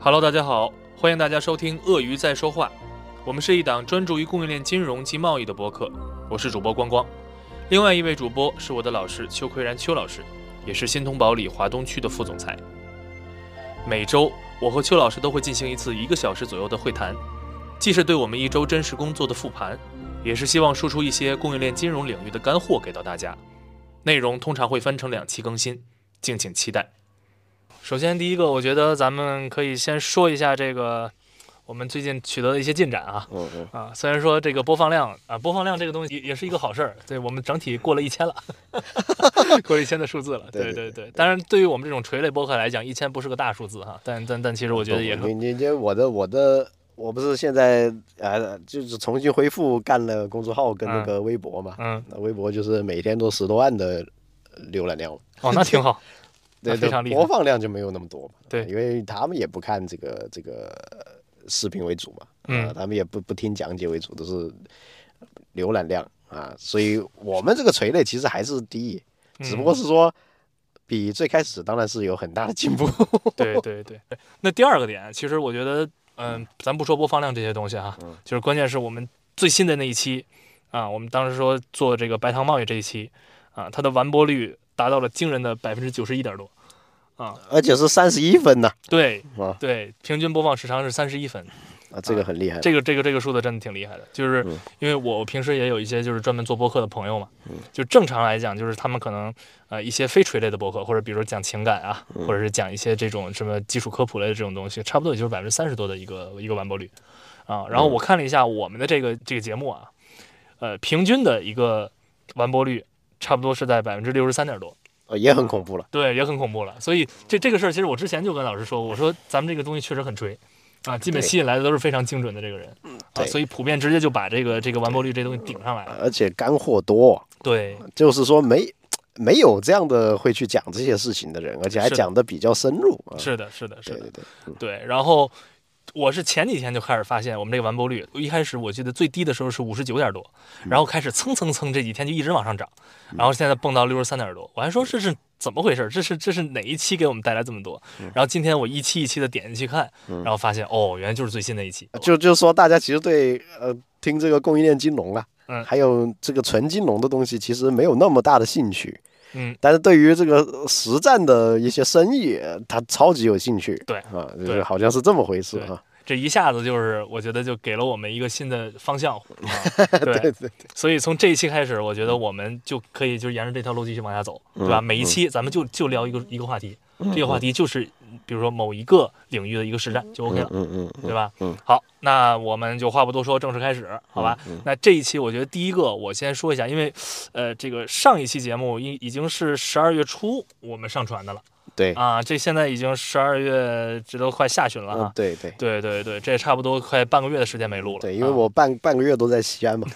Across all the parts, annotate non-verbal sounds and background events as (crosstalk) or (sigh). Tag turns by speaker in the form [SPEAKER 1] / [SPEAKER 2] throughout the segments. [SPEAKER 1] Hello，大家好，欢迎大家收听《鳄鱼在说话》，我们是一档专注于供应链金融及贸易的播客，我是主播光光，另外一位主播是我的老师邱奎然邱老师，也是新通宝里华东区的副总裁。每周我和邱老师都会进行一次一个小时左右的会谈，既是对我们一周真实工作的复盘，也是希望输出一些供应链金融领域的干货给到大家。内容通常会分成两期更新，敬请期待。首先，第一个，我觉得咱们可以先说一下这个我们最近取得的一些进展啊
[SPEAKER 2] 嗯嗯，
[SPEAKER 1] 啊，虽然说这个播放量啊，播放量这个东西也也是一个好事儿，对我们整体过了一千了， (laughs) 过了一千的数字了，
[SPEAKER 2] 对
[SPEAKER 1] 对
[SPEAKER 2] 对
[SPEAKER 1] 对。当然，对于我们这种垂类播客来讲，一千不是个大数字哈，但但但其实我觉得也
[SPEAKER 2] 你哦你这我的我的我不是现在呃就是重新恢复干了公众号跟那
[SPEAKER 1] 嗯
[SPEAKER 2] 个微博嘛，
[SPEAKER 1] 嗯，
[SPEAKER 2] 那微博就是每天都十多万的呃浏览量，
[SPEAKER 1] 哦，那挺好，那
[SPEAKER 2] 对，
[SPEAKER 1] 非
[SPEAKER 2] 对
[SPEAKER 1] 常厉害
[SPEAKER 2] 播放量就没有那么多嘛，
[SPEAKER 1] 对
[SPEAKER 2] 因为他们也不看这个这个呃视频为主嘛，
[SPEAKER 1] 嗯
[SPEAKER 2] 啊他们也不不听讲解为主，都是浏览量啊，所以我们这个垂类其实还是第一，
[SPEAKER 1] 嗯
[SPEAKER 2] 只不过是说。比最开始当然是有很大的
[SPEAKER 1] (laughs)
[SPEAKER 2] 进步，
[SPEAKER 1] 对对对。那第二个点，其实我觉得，嗯、咱不说播放量这些东西哈，就是关键是我们最新的那一期啊，我们当时说做这个白糖贸易这一期啊，它的完播率达到了惊人的百分之九十一点多。
[SPEAKER 2] 而且是三十一分呢，
[SPEAKER 1] 对
[SPEAKER 2] 啊
[SPEAKER 1] 对，平均播放时长是三十一分，
[SPEAKER 2] 啊，这个很厉害。
[SPEAKER 1] 这个这个这个数字真的挺厉害的，就是因为我平时也有一些就是专门做播客的朋友嘛，就正常来讲，就是他们可能呃一些非垂类的播客，或者比如说讲情感啊，或者是讲一些这种什么基础科普类的这种东西，差不多也就是百分之三十多的一个一个完播率啊。然后我看了一下我们的这个这个节目啊，呃，平均的一个完播率差不多是在百分之六十三点多，
[SPEAKER 2] 呃，也很恐怖了。
[SPEAKER 1] 对，也很恐怖了。所以这这个事儿，其实我之前就跟老师说过，我说咱们这个东西确实很锤，啊，基本
[SPEAKER 2] 对嗯
[SPEAKER 1] 吸引来的都是非常精准的这个人，啊，
[SPEAKER 2] 对嗯
[SPEAKER 1] 所以普遍直接就把这个这个完播率这东西顶上来了。
[SPEAKER 2] 而且干货多，啊
[SPEAKER 1] 对，
[SPEAKER 2] 就是说没没有这样的会去讲这些事情的人，而且还
[SPEAKER 1] 是的
[SPEAKER 2] 讲的比较深入啊。
[SPEAKER 1] 是的，是的，是
[SPEAKER 2] 对
[SPEAKER 1] 的
[SPEAKER 2] 对，对，
[SPEAKER 1] 对。然后我是前几天就开始发现我们这个完播率，一开始我记得最低的时候是五十九点多，
[SPEAKER 2] 嗯
[SPEAKER 1] 然后开始蹭蹭蹭，这几天就一直往上涨，然后现在蹦到六十三点多，我还说这是。怎么回事？这是这是哪一期给我们带来这么多？
[SPEAKER 2] 嗯
[SPEAKER 1] 然后今天我一期一期的点进去看，然后发现哦，原来就是最新的一期。
[SPEAKER 2] 啊就就说大家其实对呃听这个供应链金融啊，
[SPEAKER 1] 嗯
[SPEAKER 2] 还有这个纯金融的东西，其实没有那么大的兴趣。
[SPEAKER 1] 嗯，
[SPEAKER 2] 但是对于这个呃实战的一些生意，呃他超级有兴趣。
[SPEAKER 1] 对
[SPEAKER 2] 啊，就
[SPEAKER 1] 对
[SPEAKER 2] 是好像是这么回事
[SPEAKER 1] 对
[SPEAKER 2] 啊。
[SPEAKER 1] 这一下子就是，我觉得就给了我们一个新的方向。啊
[SPEAKER 2] (laughs)
[SPEAKER 1] 对，
[SPEAKER 2] 对对，
[SPEAKER 1] 所以从这一期开始，我觉得我们就可以就沿着这条路继续往下走，对
[SPEAKER 2] 嗯
[SPEAKER 1] 吧？每一期咱们就就聊一个一个话题，这个话题就是比如说某一个领域的一个实战就 OK 了，
[SPEAKER 2] 嗯嗯嗯，嗯
[SPEAKER 1] 对吧？好，那我们就话不多说，正式开始，好吧？那这一期我觉得第一个我先说一下，因为呃，这个上一期节目已已经是十二月初我们上传的了
[SPEAKER 2] 对，
[SPEAKER 1] 啊，这现在已经十二月这都快下旬了
[SPEAKER 2] 嗯
[SPEAKER 1] 啊。
[SPEAKER 2] 对对。
[SPEAKER 1] 对对对，这也差不多快半个月的时间没录了。
[SPEAKER 2] 对，因为
[SPEAKER 1] 啊
[SPEAKER 2] 我半半个月都在西
[SPEAKER 1] (laughs)
[SPEAKER 2] 安嘛，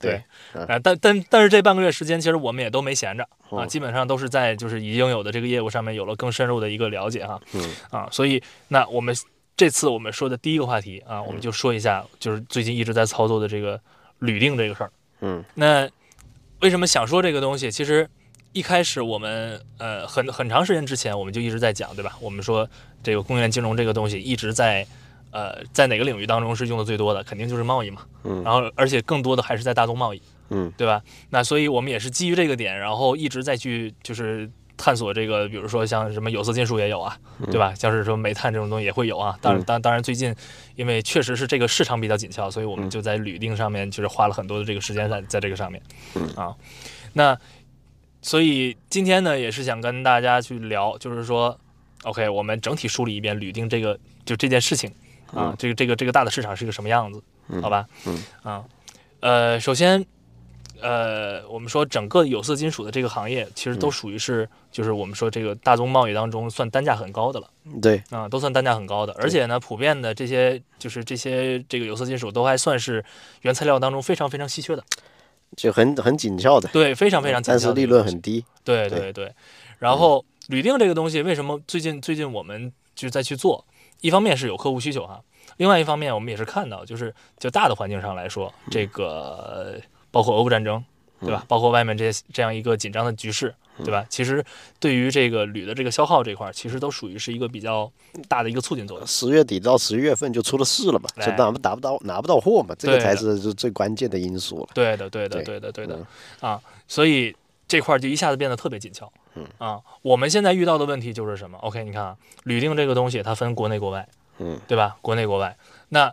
[SPEAKER 1] 对啊，但但但是这半个月时间，其实我们也都没闲着啊，
[SPEAKER 2] 嗯
[SPEAKER 1] 基本上都是在就是已经有的这个业务上面有了更深入的一个了解哈。
[SPEAKER 2] 嗯
[SPEAKER 1] 啊，所以那我们这次我们说的第一个话题啊，我
[SPEAKER 2] 嗯
[SPEAKER 1] 们就说一下就是最近一直在操作的这个铝锭这个事儿。
[SPEAKER 2] 嗯，
[SPEAKER 1] 那为什么想说这个东西？其实一开始我们呃很很长时间之前我们就一直在讲，对吧？我们说这个供应链金融这个东西一直在。呃，在哪个领域当中是用的最多的？肯定就是贸易嘛。嗯。然后，而且更多的还是在大宗贸易。
[SPEAKER 2] 嗯。
[SPEAKER 1] 对吧？那所以我们也是基于这个点，然后一直在去就是探索这个，比如说像什么有色金属也有啊，对吧？像是说煤炭这种东西也会有啊。当然，当当然最近因为确实是这个市场比较紧俏，所以我们就在铝锭上面就是花了很多的这个时间在在这个上面啊。那所以今天呢，也是想跟大家去聊，就是说，OK，我们整体梳理一遍铝锭这个就这件事情啊，这个这个这个大的市场是个什么样子，好吧？嗯啊，呃，首先。呃，我们说整个有色金属的这个行业，其实都属于是，就是我们说这个大宗贸易当中算单价很高的了
[SPEAKER 2] 对，
[SPEAKER 1] 啊，都算单价很高的。而且呢，普遍的这些就是这些这个有色金属都还算是原材料当中非常非常稀缺的，
[SPEAKER 2] 就很很紧俏的，
[SPEAKER 1] 对，非常非常紧
[SPEAKER 2] 但
[SPEAKER 1] 俏
[SPEAKER 2] 是
[SPEAKER 1] 的
[SPEAKER 2] 利
[SPEAKER 1] 一个
[SPEAKER 2] 润
[SPEAKER 1] 东西
[SPEAKER 2] 很低。
[SPEAKER 1] 对
[SPEAKER 2] 对
[SPEAKER 1] 对对，然后铝锭这个东西为什么最近最近我们就是在去做？一方面是有客户需求哈，另外一方面我们也是看到，就是就大的环境上来说，
[SPEAKER 2] 嗯
[SPEAKER 1] 这个包括俄乌战争，对吧？包括外面这些这样一个紧张的局势，对吧？其实对于这个铝的这个消耗这块儿，其实都属于是一个比较大的一个促进作用。
[SPEAKER 2] 十月底到十一月份就出了事了嘛，就
[SPEAKER 1] 哎
[SPEAKER 2] 拿不拿不到拿不到货嘛，这个
[SPEAKER 1] 对
[SPEAKER 2] 才
[SPEAKER 1] 的
[SPEAKER 2] 是就最关键的因素了。
[SPEAKER 1] 对的，对的，
[SPEAKER 2] 对
[SPEAKER 1] 对的，对
[SPEAKER 2] 嗯
[SPEAKER 1] 的啊，所以这块儿就一下子变得特别紧俏。
[SPEAKER 2] 嗯
[SPEAKER 1] 啊，我们现在遇到的问题就是什么？OK，你看啊，铝锭这个东西它分国内国外，
[SPEAKER 2] 嗯，
[SPEAKER 1] 对吧？国内国外，那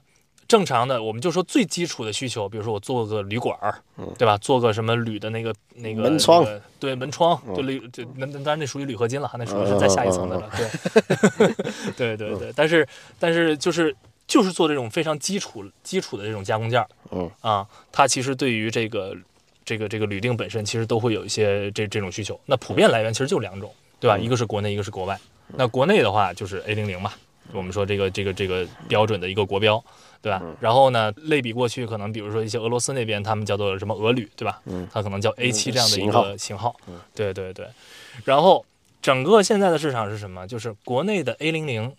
[SPEAKER 1] 正常的我们就说最基础的需求，比如说我做个旅馆儿，对吧？做个什么铝的那个那个
[SPEAKER 2] 嗯门窗嗯
[SPEAKER 1] 那个对门窗，就铝就那那当然那属于铝合金了，那属于是在下一层的了。对，对 (laughs) 对对，但是但是就是就是做这种非常基础基础的这种加工件儿，
[SPEAKER 2] 嗯
[SPEAKER 1] 啊，它其实对于这个这个这个铝锭本身其实都会有一些这这种需求。那普遍来源其实就两种，对
[SPEAKER 2] 嗯
[SPEAKER 1] 吧？一个是国内，一个是国外。那国内的话就是 A 零零嘛，我们说这个这个这个标准的一个国标，对吧？
[SPEAKER 2] 嗯
[SPEAKER 1] 然后呢，类比过去可能比如说一些俄罗斯那边他们叫做什么俄铝，对吧？它可能叫 A 七这样的一
[SPEAKER 2] 嗯型号嗯
[SPEAKER 1] 个型号。对对对，然后整个现在的市场是什么？就是国内的 A 零零，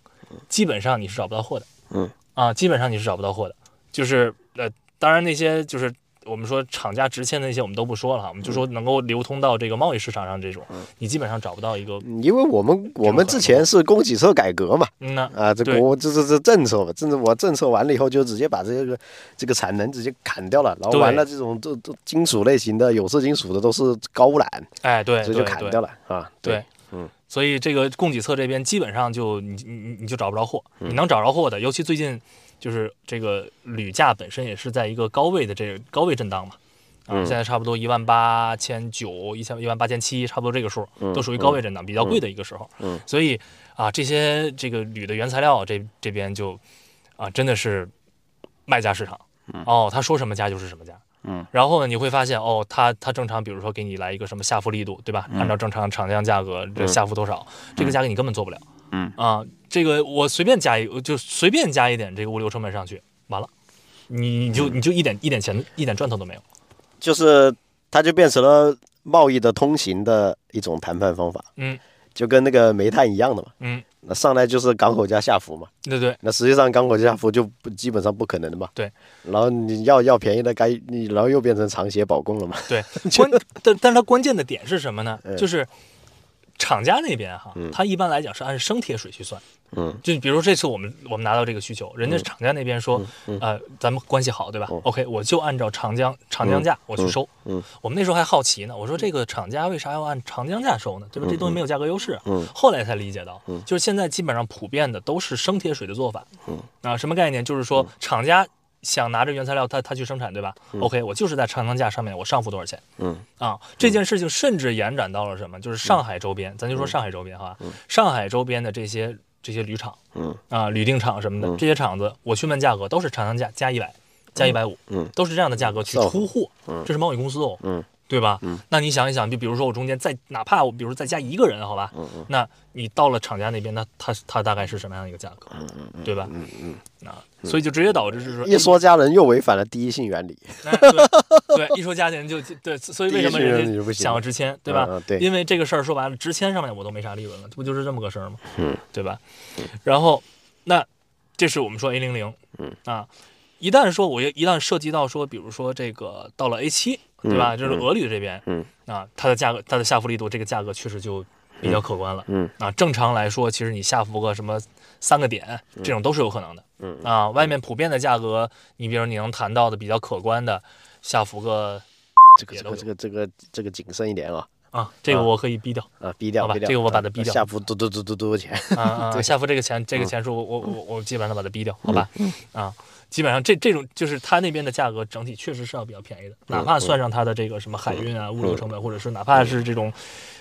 [SPEAKER 1] 基本上你是找不到货的。
[SPEAKER 2] 嗯，
[SPEAKER 1] 啊，基本上你是找不到货的。就是呃，当然那些就是我们说厂家直签的那些，我们都不说了哈，我们就说能够流通到这个贸易市场上这种，
[SPEAKER 2] 嗯
[SPEAKER 1] 你基本上找不到一个。
[SPEAKER 2] 因为我们我们之前是供给侧改革嘛，
[SPEAKER 1] 嗯呐，
[SPEAKER 2] 啊，这
[SPEAKER 1] 对
[SPEAKER 2] 国这这这政策嘛，政策我政策完了以后就直接把这个这个产能直接砍掉了，然后
[SPEAKER 1] 对
[SPEAKER 2] 完了这种这这金属类型的有色金属的都是高污染，
[SPEAKER 1] 哎，对，
[SPEAKER 2] 所以
[SPEAKER 1] 对
[SPEAKER 2] 就
[SPEAKER 1] 对。
[SPEAKER 2] 砍掉了啊。
[SPEAKER 1] 对，
[SPEAKER 2] 嗯，
[SPEAKER 1] 所以这个供给侧这边基本上就你你你你就找不着货，
[SPEAKER 2] 嗯
[SPEAKER 1] 你能找着货的，尤其最近就是这个铝价本身也是在一个高位的这个高位震荡嘛，啊，
[SPEAKER 2] 嗯
[SPEAKER 1] 现在差不多一万八千九、一千一万八千七，差不多这个数，都属于高位震荡，比较贵的一个时候，
[SPEAKER 2] 嗯
[SPEAKER 1] 所以啊，这些这个铝的原材料这这边就啊，真的是卖家市场，哦，他说什么价就是什么价。
[SPEAKER 2] 嗯，
[SPEAKER 1] 然后呢，你会发现哦，他他正常，比如说给你来一个什么下浮力度，对吧？按照正常厂家价格，这下浮多少，这个价格你根本做不了。
[SPEAKER 2] 嗯
[SPEAKER 1] 啊，这个我随便加一，就随便加一点这个物流成本上去，完了，你你就你就一点一点钱一点赚头都没有。
[SPEAKER 2] 就是它就变成了贸易的通行的一种谈判方法，
[SPEAKER 1] 嗯
[SPEAKER 2] 就跟那个煤炭一样的嘛。
[SPEAKER 1] 嗯，
[SPEAKER 2] 那上来就是港口加下浮嘛，
[SPEAKER 1] 对对
[SPEAKER 2] 那实际上港口加下浮就不基本上不可能的嘛。
[SPEAKER 1] 对，
[SPEAKER 2] 然后你要要便宜的该你，然后又变成长协保供了嘛。 (laughs)
[SPEAKER 1] 对，关但但是它关键的点是什么呢？
[SPEAKER 2] 哎
[SPEAKER 1] 就是厂家那边哈，它一般来讲是按生铁水去算。
[SPEAKER 2] 嗯，
[SPEAKER 1] 就比如这次我们我们拿到这个需求，人家厂家那边说，
[SPEAKER 2] 嗯
[SPEAKER 1] 呃，咱们关系好，对吧、o k 我就按照长江长江价我去收
[SPEAKER 2] 哦嗯嗯
[SPEAKER 1] 我们那时候还好奇呢，我说这个厂家为啥要按长江价收呢？
[SPEAKER 2] 嗯
[SPEAKER 1] 对吧？这东西没有价格优势啊。后来才理解到，就是现在基本上普遍的都是生铁水的做
[SPEAKER 2] 嗯
[SPEAKER 1] 法。啊，什么概念？就是说厂家想拿着原材料，他他去生产，对吧、o k 我就是在长江价上面我上浮多少钱。
[SPEAKER 2] 嗯
[SPEAKER 1] 啊，这件事情甚至延展到了什么？就是上海周边，咱
[SPEAKER 2] 嗯
[SPEAKER 1] 就说上海周边哈，上海周边的这些这些铝厂，
[SPEAKER 2] 嗯
[SPEAKER 1] 啊，铝锭厂什么的，这些厂子我去问价格都是长江价加一百，加一百五，
[SPEAKER 2] 嗯
[SPEAKER 1] 都是这样的价格去
[SPEAKER 2] 造
[SPEAKER 1] 出货，这是贸易公司哦，
[SPEAKER 2] 嗯
[SPEAKER 1] 对吧？那你想一想，就比如说我中间再哪怕我比如再加一个人，好吧，
[SPEAKER 2] 嗯
[SPEAKER 1] 那你到了厂家那边，那他他大概是什么样的一个价格，对吧？嗯嗯，啊，所以就直接导致就是说
[SPEAKER 2] 一说家人又违反了第一性原理。
[SPEAKER 1] 哎对，对，一说价钱就就对，所以为什么
[SPEAKER 2] 第一是
[SPEAKER 1] 人
[SPEAKER 2] 就不
[SPEAKER 1] 家
[SPEAKER 2] 行
[SPEAKER 1] 想要直签，对吧？
[SPEAKER 2] 嗯嗯对
[SPEAKER 1] 因为这个事儿说白了，直签上面我都没啥利润了，这不就是这么个事儿吗？嗯，对吧？然后那这是我们说 A 零零，嗯啊，一旦说我一旦涉及到说，比如说这个到了 A 七，对吧？就是俄铝这边，
[SPEAKER 2] 嗯
[SPEAKER 1] 啊，它的价格，它的下浮力度，这个价格确实就比较可观了，
[SPEAKER 2] 嗯
[SPEAKER 1] 啊，正常来说，其实你下浮个什么三个点，这种都是有可能的，
[SPEAKER 2] 嗯
[SPEAKER 1] 啊，外面普遍的价格，你比如你能谈到的比较可观的，下浮个
[SPEAKER 2] 这个
[SPEAKER 1] 也
[SPEAKER 2] 这
[SPEAKER 1] 都
[SPEAKER 2] 个这个这个这个谨慎一点啊
[SPEAKER 1] 啊，这个我可以逼掉，
[SPEAKER 2] 啊，逼掉
[SPEAKER 1] 好吧
[SPEAKER 2] 逼掉，啊
[SPEAKER 1] 这个我把它逼掉
[SPEAKER 2] 下浮嘟嘟嘟嘟嘟钱。 (laughs)
[SPEAKER 1] 啊啊，下浮这个钱，
[SPEAKER 2] 嗯
[SPEAKER 1] 这个钱数我我我我基本上把它逼掉，好吧，啊。基本上这这种就是它那边的价格整体确实是要比较便宜的，哪怕算上它的这个什么海运啊、物流成本，或者是哪怕是这种，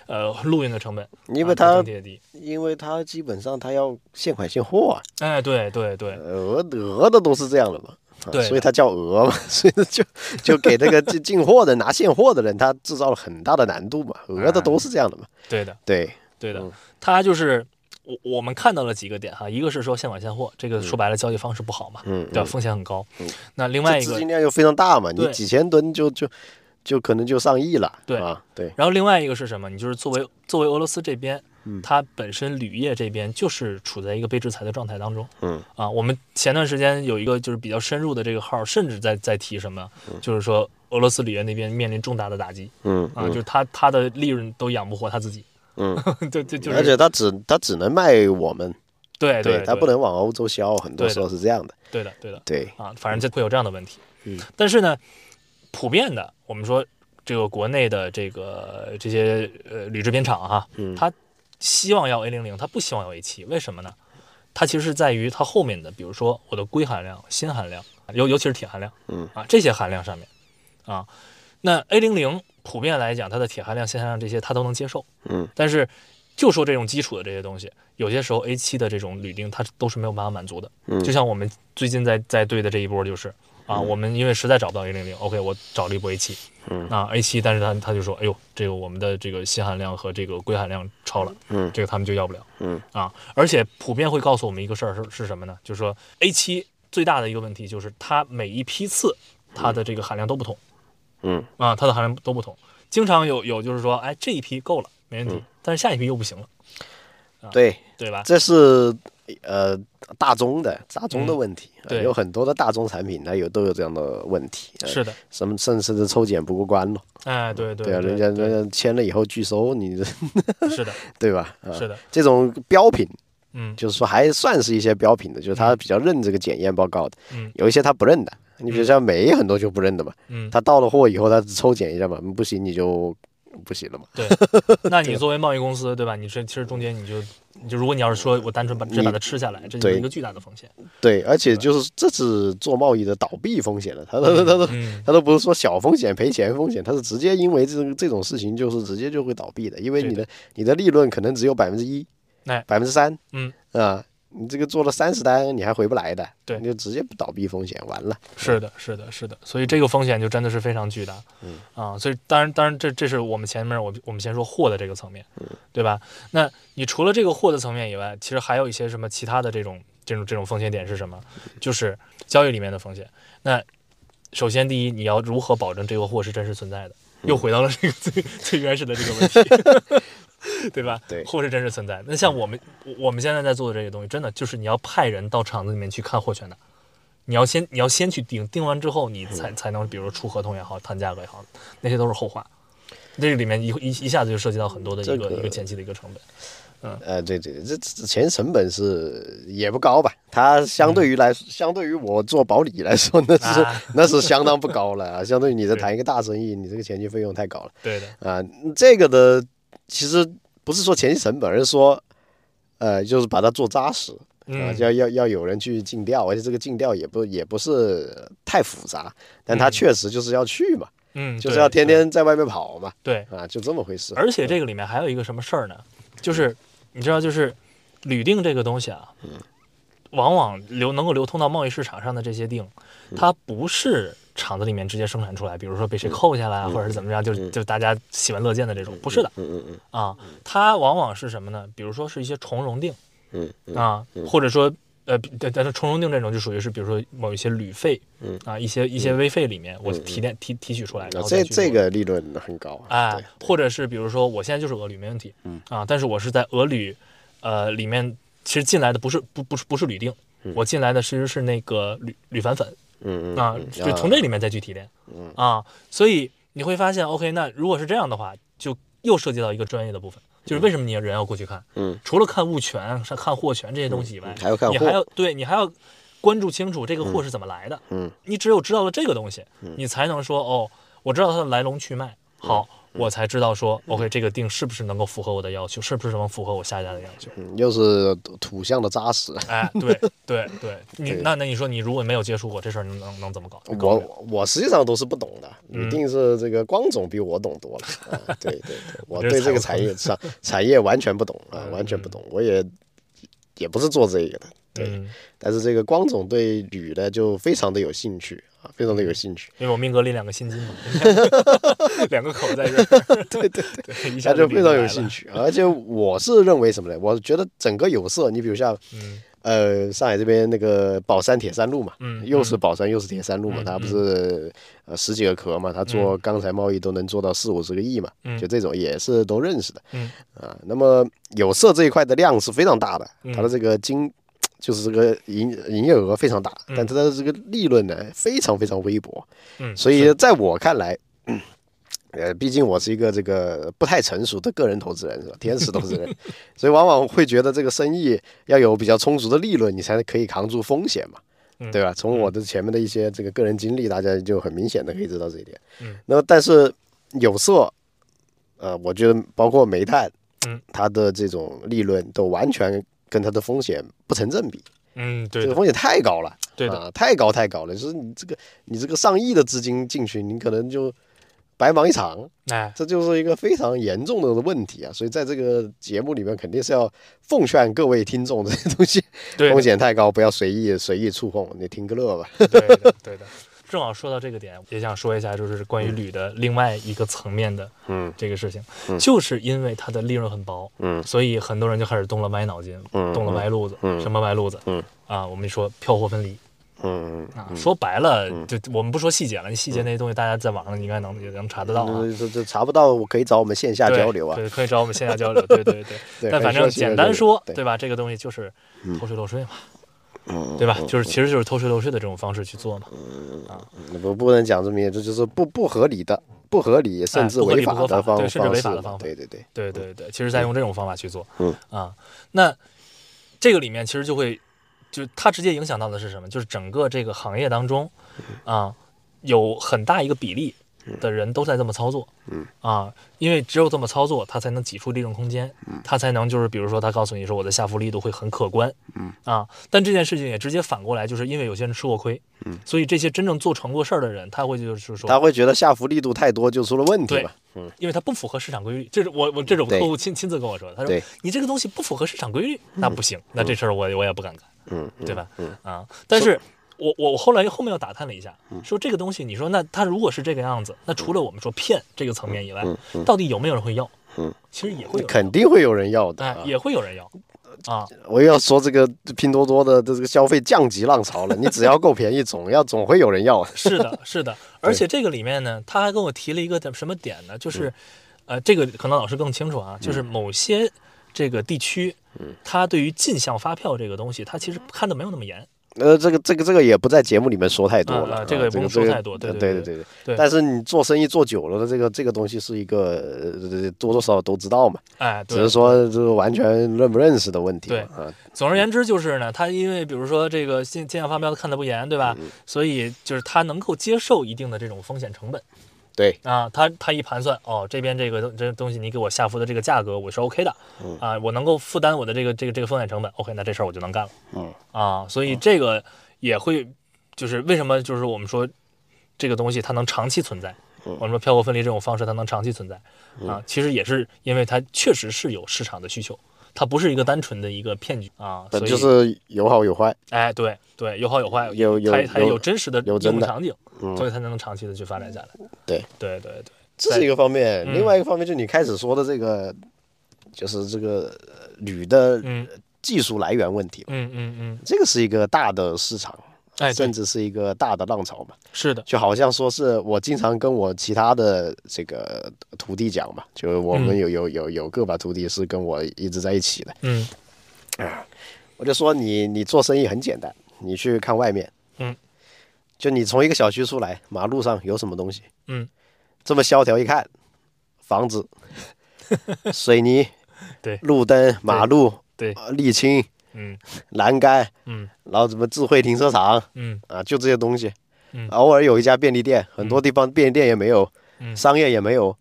[SPEAKER 1] 呃，陆运的成本，
[SPEAKER 2] 因为
[SPEAKER 1] 啊都
[SPEAKER 2] 它
[SPEAKER 1] 整体也低。
[SPEAKER 2] 因为他基本上他要现款现货啊，
[SPEAKER 1] 哎，对对对，
[SPEAKER 2] 俄俄的都是这样的嘛，啊
[SPEAKER 1] 对
[SPEAKER 2] 所以他叫俄嘛， (laughs) 所以就就给那个进 (laughs) 进货的拿现货的人，他制造了很大的难度嘛，俄的都是这样的嘛，
[SPEAKER 1] 对的，
[SPEAKER 2] 对，
[SPEAKER 1] 对的
[SPEAKER 2] 嗯，
[SPEAKER 1] 它就是我我们看到了几个点哈，一个是说现买现货，这个说白了交易方式不好嘛，
[SPEAKER 2] 嗯
[SPEAKER 1] 对吧？风险很高
[SPEAKER 2] 嗯。
[SPEAKER 1] 那另外
[SPEAKER 2] 这
[SPEAKER 1] 一
[SPEAKER 2] 资
[SPEAKER 1] 个
[SPEAKER 2] 金量又非常大嘛，你
[SPEAKER 1] 对
[SPEAKER 2] 几千吨就就就可能就上亿了。
[SPEAKER 1] 对
[SPEAKER 2] 啊，对，
[SPEAKER 1] 然后另外一个是什么？你就是作为作为俄罗斯这边
[SPEAKER 2] 嗯，
[SPEAKER 1] 它本身铝业这边就是处在一个被制裁的状态当中
[SPEAKER 2] 嗯
[SPEAKER 1] 啊。我们前段时间有一个就是比较深入的这个号，甚至在在提什么，就是说俄罗斯铝业那边面临重大的打击
[SPEAKER 2] 嗯
[SPEAKER 1] 啊，就是它它的利润都养不活它自己， (laughs)
[SPEAKER 2] 嗯，
[SPEAKER 1] 就就就
[SPEAKER 2] 而
[SPEAKER 1] 是
[SPEAKER 2] 且它只它只能卖我们，
[SPEAKER 1] 对
[SPEAKER 2] 对，它
[SPEAKER 1] 它
[SPEAKER 2] 不能往欧洲销，很多
[SPEAKER 1] 对的
[SPEAKER 2] 时候是这样的。
[SPEAKER 1] 对的对的
[SPEAKER 2] 对，
[SPEAKER 1] 啊，反正就会有这样的问题。
[SPEAKER 2] 嗯，
[SPEAKER 1] 但是呢，普遍的我们说这个国内的这个这些呃铝制片厂哈、
[SPEAKER 2] 嗯
[SPEAKER 1] 它希望要 A 零零，它不希望要 A 七，为什么呢？它其实是在于它后面的，比如说我的硅含量、锌含量，尤尤其是铁含量，
[SPEAKER 2] 嗯
[SPEAKER 1] 啊这些含量上面啊，那 A 零零普遍来讲，它的铁含量、锌含量这些它都能接受，
[SPEAKER 2] 嗯，
[SPEAKER 1] 但是就说这种基础的这些东西，有些时候 A 七的这种铝锭它都是没有办法满足的，
[SPEAKER 2] 嗯
[SPEAKER 1] 就像我们最近在在对的这一波就是啊，我们因为实在找不到 A 零零，OK，我找了一波 A 七，
[SPEAKER 2] 嗯
[SPEAKER 1] 啊 A 七，但是他他就说，哎呦，这个我们的这个锌含量和这个硅含量超了，
[SPEAKER 2] 嗯
[SPEAKER 1] 这个他们就要不了，
[SPEAKER 2] 嗯
[SPEAKER 1] 啊，而且普遍会告诉我们一个事儿是是什么呢？就是说 A 七最大的一个问题就是它每一批次它的这个含量都不同，
[SPEAKER 2] 嗯
[SPEAKER 1] 啊，它的含量都不同，经常有有就是说，哎，这一批够了，没问题，
[SPEAKER 2] 嗯
[SPEAKER 1] 但是下一批又不行了，啊
[SPEAKER 2] 对，
[SPEAKER 1] 对吧？
[SPEAKER 2] 这是呃大宗的大宗的问题，啊
[SPEAKER 1] 嗯对
[SPEAKER 2] 有很多的大宗产品它有都有这样的问题，呃
[SPEAKER 1] 是的，
[SPEAKER 2] 什么甚至是抽检不过关了，
[SPEAKER 1] 哎，对对
[SPEAKER 2] 对啊，人家人家签了以后拒收，你 (laughs) 这
[SPEAKER 1] 是的，
[SPEAKER 2] 对吧？啊，
[SPEAKER 1] 是的，
[SPEAKER 2] 这种标品
[SPEAKER 1] 嗯
[SPEAKER 2] 就是说还算是一些标品的，就是他比较认这个检验报告的，
[SPEAKER 1] 嗯
[SPEAKER 2] 有一些他不认的，你比如像煤很多就不认的嘛，
[SPEAKER 1] 嗯，
[SPEAKER 2] 他到了货以后他只抽检一下嘛，不行你就不行了嘛，
[SPEAKER 1] 对，那你作为贸易公司，对吧？你这其实中间你就你就如果你要是说我单纯把只把它吃下来，这就是
[SPEAKER 2] 对
[SPEAKER 1] 一个巨大的风险。
[SPEAKER 2] 对，而且就是这是做贸易的倒闭风险了，他他他他
[SPEAKER 1] 嗯，
[SPEAKER 2] 他都不是说小风险赔钱风险，他是直接因为这种这种事情就是直接就会倒闭的，因为你的你的利润可能只有百分之一
[SPEAKER 1] 哎，
[SPEAKER 2] 百分之三，
[SPEAKER 1] 嗯
[SPEAKER 2] 啊，你这个做了三十单你还回不来的，
[SPEAKER 1] 对
[SPEAKER 2] 你就直接倒闭风险完了，
[SPEAKER 1] 是的，是的，是的，所以这个风险就真的是非常巨大。嗯啊，所以当然，当然这这是我们前面我们我们先说货的这个层面，
[SPEAKER 2] 嗯
[SPEAKER 1] 对吧？那你除了这个货的层面以外，其实还有一些什么其他的这种这种这种风险点是什么？就是交易里面的风险。那首先第一，你要如何保证这个货是真实存在的？
[SPEAKER 2] 嗯
[SPEAKER 1] 又回到了这个最最原始的这个问题， (laughs) 对吧？
[SPEAKER 2] 对
[SPEAKER 1] 货是真实存在的。那像我们我我们现在在做的这些东西，真的就是你要派人到厂子里面去看货全拿，你要先你要先去定，定完之后你
[SPEAKER 2] 嗯
[SPEAKER 1] 才才能，比如说出合同也好，谈价格也好，那些都是后话。这个里面一一一下子就涉及到很多的一个、
[SPEAKER 2] 这个
[SPEAKER 1] 一个前期的一个成本。嗯
[SPEAKER 2] 呃，对对对，这这钱成本是也不高吧？它相对于来，相对于我做保理来说，那是、
[SPEAKER 1] 啊
[SPEAKER 2] 那是相当不高了啊，相对于你在
[SPEAKER 1] 对
[SPEAKER 2] 谈一个大生意，你这个前期费用太高了。
[SPEAKER 1] 对的，
[SPEAKER 2] 啊，这个的其实不是说前期成本，而是说，呃，就是把它做扎实啊，
[SPEAKER 1] 嗯
[SPEAKER 2] 要要要有人去尽调，而且这个尽调也不也不是太复杂，但它确实就是要去嘛，
[SPEAKER 1] 嗯，
[SPEAKER 2] 就是
[SPEAKER 1] 对
[SPEAKER 2] 要天天在外面跑嘛，
[SPEAKER 1] 对。
[SPEAKER 2] 啊，就这么回事。
[SPEAKER 1] 而且这个里面还有一个什么事儿呢？就是你知道，就是铝锭这个东西啊，
[SPEAKER 2] 嗯
[SPEAKER 1] 往往流能够流通到贸易市场上的这些锭，
[SPEAKER 2] 嗯
[SPEAKER 1] 它不是厂子里面直接生产出来，比如说被谁扣下来啊，或者是怎么样，就就大家喜闻乐见的这种，不是的
[SPEAKER 2] 嗯嗯嗯
[SPEAKER 1] 啊，它往往是什么呢？比如说是一些重容锭
[SPEAKER 2] 嗯嗯
[SPEAKER 1] 啊，或者说。呃，对，但是重容锭这种就属于是，比如说某一些铝废，
[SPEAKER 2] 嗯
[SPEAKER 1] 啊，一些一些微废里面，我提炼提提取出来，然
[SPEAKER 2] 啊
[SPEAKER 1] 后再
[SPEAKER 2] 这
[SPEAKER 1] 去
[SPEAKER 2] 这
[SPEAKER 1] 做
[SPEAKER 2] 个利润很高
[SPEAKER 1] 啊
[SPEAKER 2] 对，
[SPEAKER 1] 或者是比如说我现在就是俄铝没问题，嗯啊，但是我是在俄铝呃里面，其实进来的不是不不是不是铝锭，我进来的其实是那个铝铝矾粉
[SPEAKER 2] 嗯嗯
[SPEAKER 1] 啊，
[SPEAKER 2] 嗯
[SPEAKER 1] 就从这里面再去提炼，啊，所以你会发现，OK，那如果是这样的话，就又涉及到一个专业的部分，就是为什么你人要过去看，
[SPEAKER 2] 嗯，
[SPEAKER 1] 除了看物权、是看货权这些东西以外，
[SPEAKER 2] 还要看
[SPEAKER 1] 你
[SPEAKER 2] 货
[SPEAKER 1] 还要对你还要关注清楚这个货是怎么来的，
[SPEAKER 2] 嗯，
[SPEAKER 1] 你只有知道了这个东西，你才能说哦，我知道它的来龙去脉，
[SPEAKER 2] 嗯
[SPEAKER 1] 好。我才知道说，OK，这个定是不是能够符合我的要求，是不是能符合我下家的要求？
[SPEAKER 2] 嗯又是土象的扎
[SPEAKER 1] (laughs)
[SPEAKER 2] 实。
[SPEAKER 1] 哎，对对
[SPEAKER 2] (laughs)
[SPEAKER 1] 对，你
[SPEAKER 2] 对
[SPEAKER 1] 那那你说你如果没有接触过这事儿，能能能怎么搞？
[SPEAKER 2] 我我实际上都是不懂的，一定是这个光总比我懂多了。啊、对对对，我对这个产业产产业完全不懂啊，完全不懂。我也也不是做这个的，对。
[SPEAKER 1] 嗯，
[SPEAKER 2] 但是这个光总对铝的就非常的有兴趣啊，非常的有兴趣，
[SPEAKER 1] 因为我命格里两个心
[SPEAKER 2] (laughs)
[SPEAKER 1] 金嘛，两个口在这儿，对对 (laughs) 对，一下
[SPEAKER 2] 他就非常有
[SPEAKER 1] 理解
[SPEAKER 2] 兴
[SPEAKER 1] 了，
[SPEAKER 2] 趣。而且我是认为什么呢？我觉得整个有色，你比如像
[SPEAKER 1] 嗯
[SPEAKER 2] 呃，上海这边那个宝山铁三路嘛，
[SPEAKER 1] 嗯
[SPEAKER 2] 又是宝山又是铁三路嘛，
[SPEAKER 1] 嗯
[SPEAKER 2] 它不是呃十几个壳嘛，它做钢材贸易都能做到四五十个亿嘛，
[SPEAKER 1] 嗯
[SPEAKER 2] 就这种也是都认识的，
[SPEAKER 1] 嗯
[SPEAKER 2] 啊，那么有色这一块的量是非常大的，
[SPEAKER 1] 嗯
[SPEAKER 2] 它的这个金。就是这个营营业额非常大，但它的这个利润呢非常非常微薄，
[SPEAKER 1] 嗯，
[SPEAKER 2] 所
[SPEAKER 1] 是
[SPEAKER 2] 以在我看来，呃，毕竟我是一个这个不太成熟的个人投资人，是吧？天使投资人， (laughs) 所以往往会觉得这个生意要有比较充足的利润，你才可以扛住风险嘛，
[SPEAKER 1] 嗯
[SPEAKER 2] 对吧？从我的前面的一些这个个人经历，大家就很明显的可以知道这一点。
[SPEAKER 1] 嗯
[SPEAKER 2] 那么但是有色，呃，我觉得包括煤炭，
[SPEAKER 1] 嗯
[SPEAKER 2] 它的这种利润都完全跟它的风险不成正比，
[SPEAKER 1] 嗯，对
[SPEAKER 2] 这个
[SPEAKER 1] 的，
[SPEAKER 2] 风险太高了。
[SPEAKER 1] 对的，
[SPEAKER 2] 啊，太高太高了，就是你这个你这个上亿的资金进去，你可能就白忙一场，
[SPEAKER 1] 哎，
[SPEAKER 2] 这就是一个非常严重的问题啊！所以在这个节目里面，肯定是要奉劝各位听众，这 (laughs) 些东西
[SPEAKER 1] 对的
[SPEAKER 2] 风险太高，不要随意随意触碰，你听个乐吧。
[SPEAKER 1] 对的，对的。正好说到这个点，也想说一下，就是关于铝的另外一个层面的
[SPEAKER 2] 嗯
[SPEAKER 1] 这个事情，就是因为它的利润很薄，
[SPEAKER 2] 嗯
[SPEAKER 1] 所以很多人就开始动了歪脑筋，
[SPEAKER 2] 嗯
[SPEAKER 1] 动了歪路子，
[SPEAKER 2] 嗯
[SPEAKER 1] 什么歪路子？
[SPEAKER 2] 嗯
[SPEAKER 1] 啊，我们说票货分离
[SPEAKER 2] 嗯，
[SPEAKER 1] 啊，说白了，就我们不说细节了，你细节那些东西大家在网上应该能也能查得到啊。
[SPEAKER 2] 嗯这这查不到，我可以找我们线下
[SPEAKER 1] 对
[SPEAKER 2] 交流啊。
[SPEAKER 1] 对，可以找我们线下交流，对对对。
[SPEAKER 2] (laughs)
[SPEAKER 1] 但
[SPEAKER 2] 对可以
[SPEAKER 1] 反正
[SPEAKER 2] 说线下
[SPEAKER 1] 简单
[SPEAKER 2] 交流
[SPEAKER 1] 说，
[SPEAKER 2] 对
[SPEAKER 1] 对吧？这个东西就是偷税漏税嘛，
[SPEAKER 2] 嗯
[SPEAKER 1] 对吧？就是其实就是偷税漏税的这种方式去做嘛，
[SPEAKER 2] 不不能讲这么严重，这就是不不合理的、不合理甚
[SPEAKER 1] 哎
[SPEAKER 2] 至
[SPEAKER 1] 不合理
[SPEAKER 2] 违
[SPEAKER 1] 不合
[SPEAKER 2] 法的
[SPEAKER 1] 法
[SPEAKER 2] 方
[SPEAKER 1] 对甚至
[SPEAKER 2] 方
[SPEAKER 1] 违
[SPEAKER 2] 式
[SPEAKER 1] 法的
[SPEAKER 2] 嘛
[SPEAKER 1] 方法
[SPEAKER 2] 对对对，
[SPEAKER 1] 对对对，其实在用这种方法去做，
[SPEAKER 2] 嗯
[SPEAKER 1] 啊，那这个里面其实就会，就它直接影响到的是什么？就是整个这个行业当中，
[SPEAKER 2] 嗯
[SPEAKER 1] 啊，有很大一个比例的人都在这么操作，
[SPEAKER 2] 嗯
[SPEAKER 1] 啊，因为只有这么操作，它才能挤出利润空间，
[SPEAKER 2] 嗯
[SPEAKER 1] 它才能就是比如说他告诉你说我的下浮力度会很可观，
[SPEAKER 2] 嗯
[SPEAKER 1] 啊，但这件事情也直接反过来，就是因为有些人吃过亏，
[SPEAKER 2] 嗯，
[SPEAKER 1] 所以这些真正做成过事儿的人，他会就是说
[SPEAKER 2] 他会觉得下浮力度太多就出了问题
[SPEAKER 1] 对
[SPEAKER 2] 嘛。嗯，
[SPEAKER 1] 因为它不符合市场规律。这是我我这是我
[SPEAKER 2] 对
[SPEAKER 1] 客户亲亲自跟我说的，他
[SPEAKER 2] 对
[SPEAKER 1] 说你这个东西不符合市场规律，那不行，那这事儿我也我也不敢干，
[SPEAKER 2] 嗯，
[SPEAKER 1] 对吧？啊，但是。我我我后来后面又打探了一下，
[SPEAKER 2] 嗯
[SPEAKER 1] 说这个东西，你说那它如果是这个样子，那除了我们说骗这个层面以外，到底有没有人会要？
[SPEAKER 2] 嗯
[SPEAKER 1] 其实也会有人
[SPEAKER 2] 肯定会有人要的、
[SPEAKER 1] 哎
[SPEAKER 2] 啊。
[SPEAKER 1] 也会有人要啊，
[SPEAKER 2] 我又要说这个拼多多的这个消费降级浪潮了，你只要够便宜，总要总会有人要。
[SPEAKER 1] 是的，是的，而且这个里面呢，他还跟我提了一个点什么点呢？
[SPEAKER 2] 嗯
[SPEAKER 1] 就是，呃，这个可能老师更清楚啊，就是某些这个地区，
[SPEAKER 2] 嗯
[SPEAKER 1] 他对于进项发票这个东西，他其实看的没有那么严。
[SPEAKER 2] 呃，这个这个这个也不在节目里面说太多了，
[SPEAKER 1] 啊啊
[SPEAKER 2] 啊
[SPEAKER 1] 这个也不用说太多
[SPEAKER 2] 这个呃
[SPEAKER 1] 对
[SPEAKER 2] 对
[SPEAKER 1] 对对
[SPEAKER 2] 对对
[SPEAKER 1] 对
[SPEAKER 2] 但是你做生意做久了，这个这个东西是一个呃多多少少都知道嘛，
[SPEAKER 1] 哎，
[SPEAKER 2] 只
[SPEAKER 1] 对
[SPEAKER 2] 是，说这个完全认不认识的问题嘛。啊，
[SPEAKER 1] 总而言之就是呢，他因为比如说这个进进项发票看的不严，对吧？
[SPEAKER 2] 嗯
[SPEAKER 1] 所以就是他能够接受一定的这种风险成本
[SPEAKER 2] 对，
[SPEAKER 1] 啊，他他一盘算，哦，这边这个东这东西你给我下浮的这个价格我是 OK 的，
[SPEAKER 2] 嗯
[SPEAKER 1] 啊，我能够负担我的这个这个这个风险成本，OK，那这事儿我就能干了。
[SPEAKER 2] 嗯
[SPEAKER 1] 啊，所以这个也会就是为什么就是我们说这个东西它能长期存在，
[SPEAKER 2] 嗯
[SPEAKER 1] 我们说票货分离这种方式它能长期存在啊，其实也是因为它确实是有市场的需求，它不是一个单纯的一个骗局啊，所
[SPEAKER 2] 本
[SPEAKER 1] 以
[SPEAKER 2] 就是有好有坏，
[SPEAKER 1] 哎对对，有好有坏，
[SPEAKER 2] 有有
[SPEAKER 1] 它也它也
[SPEAKER 2] 有
[SPEAKER 1] 有真实的
[SPEAKER 2] 有
[SPEAKER 1] 应
[SPEAKER 2] 真
[SPEAKER 1] 用
[SPEAKER 2] 的
[SPEAKER 1] 场景，
[SPEAKER 2] 嗯
[SPEAKER 1] 所以它才能长期的去发展下来。
[SPEAKER 2] 对
[SPEAKER 1] 对对对，
[SPEAKER 2] 这是一个方面，
[SPEAKER 1] 嗯
[SPEAKER 2] 另外一个方面就是你开始说的这个，就是这个呃铝的
[SPEAKER 1] 嗯
[SPEAKER 2] 技术来源问题嘛，
[SPEAKER 1] 嗯嗯嗯，
[SPEAKER 2] 这个是一个大的市场，
[SPEAKER 1] 哎对
[SPEAKER 2] 甚，至是一个大的浪潮嘛。
[SPEAKER 1] 是的，
[SPEAKER 2] 就好像说是我经常跟我其他的这个徒弟讲嘛，就是我们
[SPEAKER 1] 嗯
[SPEAKER 2] 有有有有个把徒弟是跟我一直在一起的，
[SPEAKER 1] 嗯
[SPEAKER 2] 我就说你你做生意很简单，你去看外面，
[SPEAKER 1] 嗯，
[SPEAKER 2] 就你从一个小区出来，马路上有什么东西，
[SPEAKER 1] 嗯，
[SPEAKER 2] 这么萧条一看，
[SPEAKER 1] (laughs)
[SPEAKER 2] 房子、水泥、
[SPEAKER 1] 对
[SPEAKER 2] 路灯、马路、
[SPEAKER 1] 对，
[SPEAKER 2] 呃沥青、
[SPEAKER 1] 嗯
[SPEAKER 2] 栏杆，
[SPEAKER 1] 嗯
[SPEAKER 2] 然后什么智慧停车场
[SPEAKER 1] 嗯
[SPEAKER 2] 啊，就这些东西。
[SPEAKER 1] 嗯
[SPEAKER 2] 偶尔有一家便利店，很多地方便利店也没有，
[SPEAKER 1] 嗯
[SPEAKER 2] 商业也没有。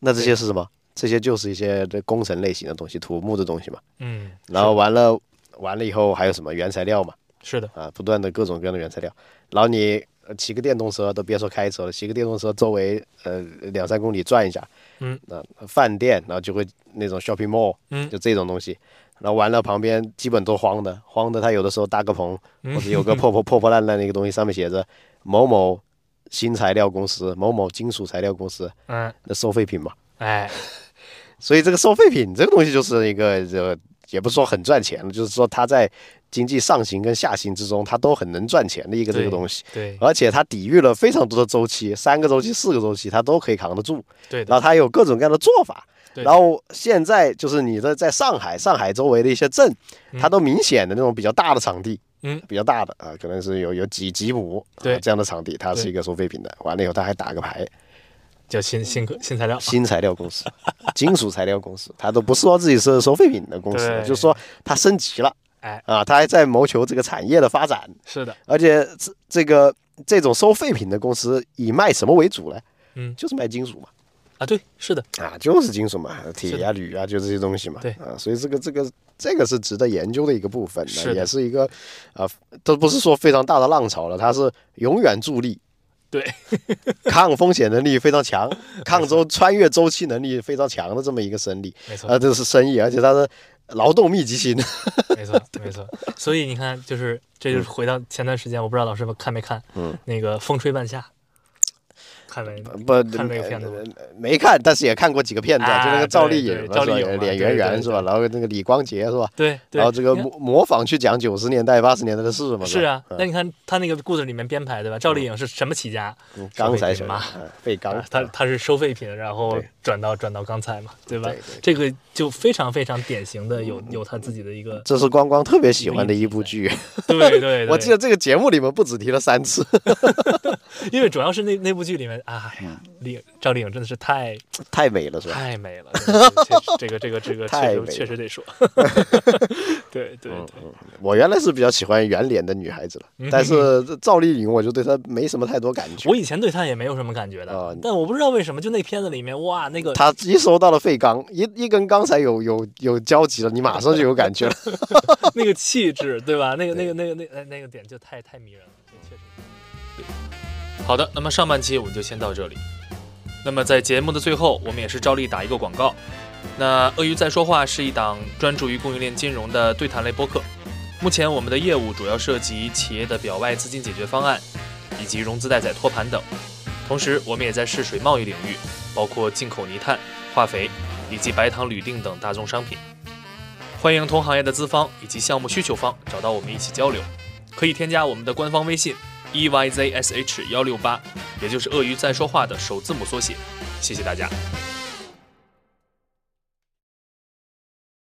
[SPEAKER 2] 那这些是什么？这些就是一些这工程类型的东西，土木的东西嘛。
[SPEAKER 1] 嗯，
[SPEAKER 2] 然后完了，完了以后还有什么原材料嘛？
[SPEAKER 1] 是的，
[SPEAKER 2] 啊，不断的各种各样的原材料。然后你呃骑个电动车，都别说开车了，骑个电动车周围呃两三公里转一下，
[SPEAKER 1] 嗯，
[SPEAKER 2] 那、饭店，然后就会那种 shopping mall，
[SPEAKER 1] 嗯
[SPEAKER 2] 就这种东西。然后完了，旁边基本都荒的，荒的，它有的时候搭个棚，
[SPEAKER 1] 嗯
[SPEAKER 2] 或者有个
[SPEAKER 1] (laughs)
[SPEAKER 2] 破破破破烂烂的一个东西，上面写着某某新材料公司、某某金属材料公司
[SPEAKER 1] 嗯
[SPEAKER 2] 的收废品嘛。
[SPEAKER 1] 哎
[SPEAKER 2] 所以这个收废品这个东西就是一个，这也不说很赚钱，就是说它在经济上行跟下行之中，它都很能赚钱的一个这个东西。
[SPEAKER 1] 对，
[SPEAKER 2] 而且它抵御了非常多的周期，三个周期、四个周期，它都可以扛得住。
[SPEAKER 1] 对的，
[SPEAKER 2] 然后它有各种各样的做法。
[SPEAKER 1] 对
[SPEAKER 2] 然后现在就是你的在上海、上海周围的一些镇，它都明显的那种比较大的场地，
[SPEAKER 1] 嗯，
[SPEAKER 2] 比较大的啊，可能是有有几几亩、啊、
[SPEAKER 1] 对
[SPEAKER 2] 这样的场地，它是
[SPEAKER 1] 对
[SPEAKER 2] 一个收废品的。完了以后，它还打个牌，
[SPEAKER 1] 叫新新科新材料，
[SPEAKER 2] 新材料公司、 (laughs) 金属材料公司，它都不是说自己是收废品的公司
[SPEAKER 1] 对，
[SPEAKER 2] 就是说它升级了
[SPEAKER 1] 哎，
[SPEAKER 2] 啊，它还在谋求这个产业的发展，
[SPEAKER 1] 是的，
[SPEAKER 2] 而且这这个这种收废品的公司以卖什么为主呢？
[SPEAKER 1] 嗯
[SPEAKER 2] 就是卖金属嘛。
[SPEAKER 1] 啊，对，是的，
[SPEAKER 2] 啊，就是金属嘛，铁
[SPEAKER 1] 是
[SPEAKER 2] 呀、铝啊，就这些东西嘛。
[SPEAKER 1] 对
[SPEAKER 2] 啊，所以这个这个这个是值得研究的一个部分，
[SPEAKER 1] 是的
[SPEAKER 2] 也是一个啊，都不是说非常大的浪潮了，它是永远助力，
[SPEAKER 1] 对，
[SPEAKER 2] 抗风险能力非常强，抗周穿越周期能力非常强的这么一个生意
[SPEAKER 1] (laughs) 没错
[SPEAKER 2] (laughs) 啊，，这是生意，而且它是劳动密集
[SPEAKER 1] (laughs)
[SPEAKER 2] 型的。
[SPEAKER 1] 没
[SPEAKER 2] (laughs)
[SPEAKER 1] 错，没错。所以你看，就是这
[SPEAKER 2] 嗯
[SPEAKER 1] 就是回到前段时间，我不知道老师们看没看，嗯，那个《风吹半夏》，看没？
[SPEAKER 2] (laughs) 不，
[SPEAKER 1] 看那个片子吗
[SPEAKER 2] 呃没看，但是也看过几个片段，
[SPEAKER 1] 啊
[SPEAKER 2] 就那个赵丽
[SPEAKER 1] 对
[SPEAKER 2] 颖
[SPEAKER 1] 对
[SPEAKER 2] 嘛，
[SPEAKER 1] 赵丽
[SPEAKER 2] 是吧
[SPEAKER 1] 颖嘛
[SPEAKER 2] 脸
[SPEAKER 1] 对
[SPEAKER 2] 圆
[SPEAKER 1] 对
[SPEAKER 2] 圆是吧？
[SPEAKER 1] 对
[SPEAKER 2] 然后那个李光洁是吧？
[SPEAKER 1] 对，对
[SPEAKER 2] 然后这个
[SPEAKER 1] 你看
[SPEAKER 2] 模模仿去讲九十年代八十年代的事嘛，
[SPEAKER 1] 是
[SPEAKER 2] 吧
[SPEAKER 1] 啊，那你看他那个故事里面编排对吧？赵丽颖是什么起家？
[SPEAKER 2] 钢材
[SPEAKER 1] 什
[SPEAKER 2] 学
[SPEAKER 1] 嘛，
[SPEAKER 2] 嗯废钢
[SPEAKER 1] 啊，他他是收废品，然后转到转到钢材嘛，对吧
[SPEAKER 2] 对对？
[SPEAKER 1] 这个就非常非常典型的有有他自己的一
[SPEAKER 2] (laughs)
[SPEAKER 1] 个，
[SPEAKER 2] 这是光光特别喜欢的一部剧，
[SPEAKER 1] 对对对，
[SPEAKER 2] (laughs) 我记得这个节目里面不止提了
[SPEAKER 1] (laughs)
[SPEAKER 2] 三次，
[SPEAKER 1] 因为主要是那那部剧里面，哎呀，丽赵丽颖真的是太
[SPEAKER 2] 太美了是吧？
[SPEAKER 1] 太美
[SPEAKER 2] (laughs)
[SPEAKER 1] 了，真的是这这个这个这个
[SPEAKER 2] 太
[SPEAKER 1] 确
[SPEAKER 2] 美
[SPEAKER 1] 实确
[SPEAKER 2] 了
[SPEAKER 1] 实得
[SPEAKER 2] (laughs)
[SPEAKER 1] 说，对对对，
[SPEAKER 2] 嗯我原来是比较喜欢圆脸的女孩子
[SPEAKER 1] 嗯
[SPEAKER 2] 的，但是赵丽颖我就对她没什么太多感觉
[SPEAKER 1] 我。以前对她也没有什么感觉的
[SPEAKER 2] 啊，
[SPEAKER 1] 但我不知道为什么，就那片子里面，哇，那个
[SPEAKER 2] 她一收到了废钢，一一跟钢材有有有交集了，你马上就有感觉了。
[SPEAKER 1] 那个气质，对吧？那个那个那个那个那个点就太太迷人了，这确实。好的，那么上半期我们就先到这里。那么在节目的最后，我们也是照例打一个广告。那《鳄鱼在说话》是一档专注于供应链金融的对谈类播客。目前我们的业务主要涉及企业的表外资金解决方案，以及融资贷载托盘等。同时，我们也在试水贸易领域，包括进口泥炭、化肥以及白糖、铝锭等大宗商品。欢迎同行业的资方以及项目需求方找到我们一起交流，可以添加我们的官方微信 e y z s h 幺六八，也就是鳄鱼在说话的首字母缩写。谢谢大家。